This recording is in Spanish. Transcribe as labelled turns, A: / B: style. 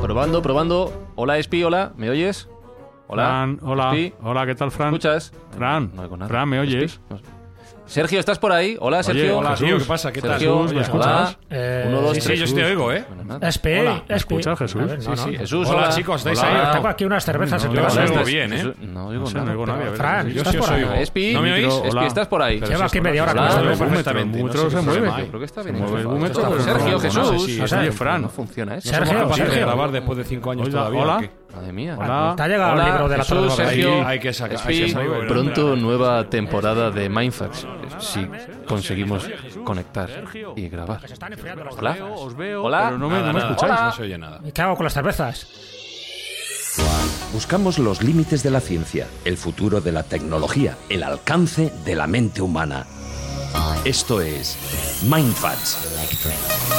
A: Probando, probando. Hola, Espi, hola. ¿Me oyes? Hola.
B: Fran, hola.
A: Espi.
B: Hola, ¿qué tal, Fran?
A: ¿Escuchas?
B: Fran,
A: No oigo nada.
B: Fran, ¿me oyes?
A: Espi, no sé. Sergio, ¿estás por ahí? Hola, Sergio.
B: hola,
A: Jesús.
C: tío, ¿qué pasa? ¿Qué tal?
A: Sergio,
B: Jesús, ¿me
A: hola.
B: escuchas?
C: Eh,
A: Uno, dos,
C: sí,
A: tres.
C: sí, yo te oigo, ¿eh?
A: Bueno, nada.
C: Espe,
B: Hola, ¿me
C: espe.
B: escuchas, Jesús?
C: A ver, no,
B: Sí,
C: no.
B: sí,
A: Jesús,
C: hola,
A: hola.
C: chicos, ¿estáis
A: Hola.
C: ahí? Tengo aquí unas cervezas
B: No,
C: entre
B: no,
C: las
B: no,
C: manos.
B: no, no,
C: oigo bien, ¿eh?
A: No digo
B: No sé,
A: nada.
B: no oigo nada.
C: Fran,
B: Yo
C: yo
B: sí
C: sí os oigo.
A: Espi.
C: ¿No me oís?
A: Espi,
B: Hola.
A: ¿estás por ahí?
C: Llevo
B: sí,
C: aquí
B: hola.
C: media hora
A: Hola.
C: con
A: Hola.
C: esto,
A: Hola.
C: perfectamente.
B: El
C: no sé
B: búmetro
C: qué
B: se
C: problema
B: mueve,
C: hay.
B: tío,
A: Creo que está bien.
B: Se mueve el
A: enchufado.
B: búmetro,
A: Esto está-
C: pero
A: Sergio,
C: no- no sé
A: Jesús.
C: si-
A: No
C: Oye,
A: sé,
B: Fran.
A: No funciona esto.
C: ¿Somos
B: Sergio,
C: capaces de
B: Sergio.
C: grabar después de cinco años
B: Hola,
C: todavía?
B: hola.
C: o qué?
A: Madre mía.
B: Hola.
C: ¿Te ha llegado el libro de la
A: Jesús,
C: tarde?
A: Sergio,
C: Hay que sacar-
A: Espi.
C: hay que sacar-
A: Pronto nueva temporada de Mindfax. Si conseguimos conectar y grabar.
C: Se están enfriando los
A: Hola.
C: dedos.
B: Os veo,
A: Hola.
B: pero no me,
C: Nada,
B: no me
C: nada,
B: escucháis.
C: No se oye nada. ¿Y qué hago con las cervezas?
D: Buscamos los límites de la ciencia, el futuro de la tecnología, el alcance de la mente humana. Esto es MindFacts.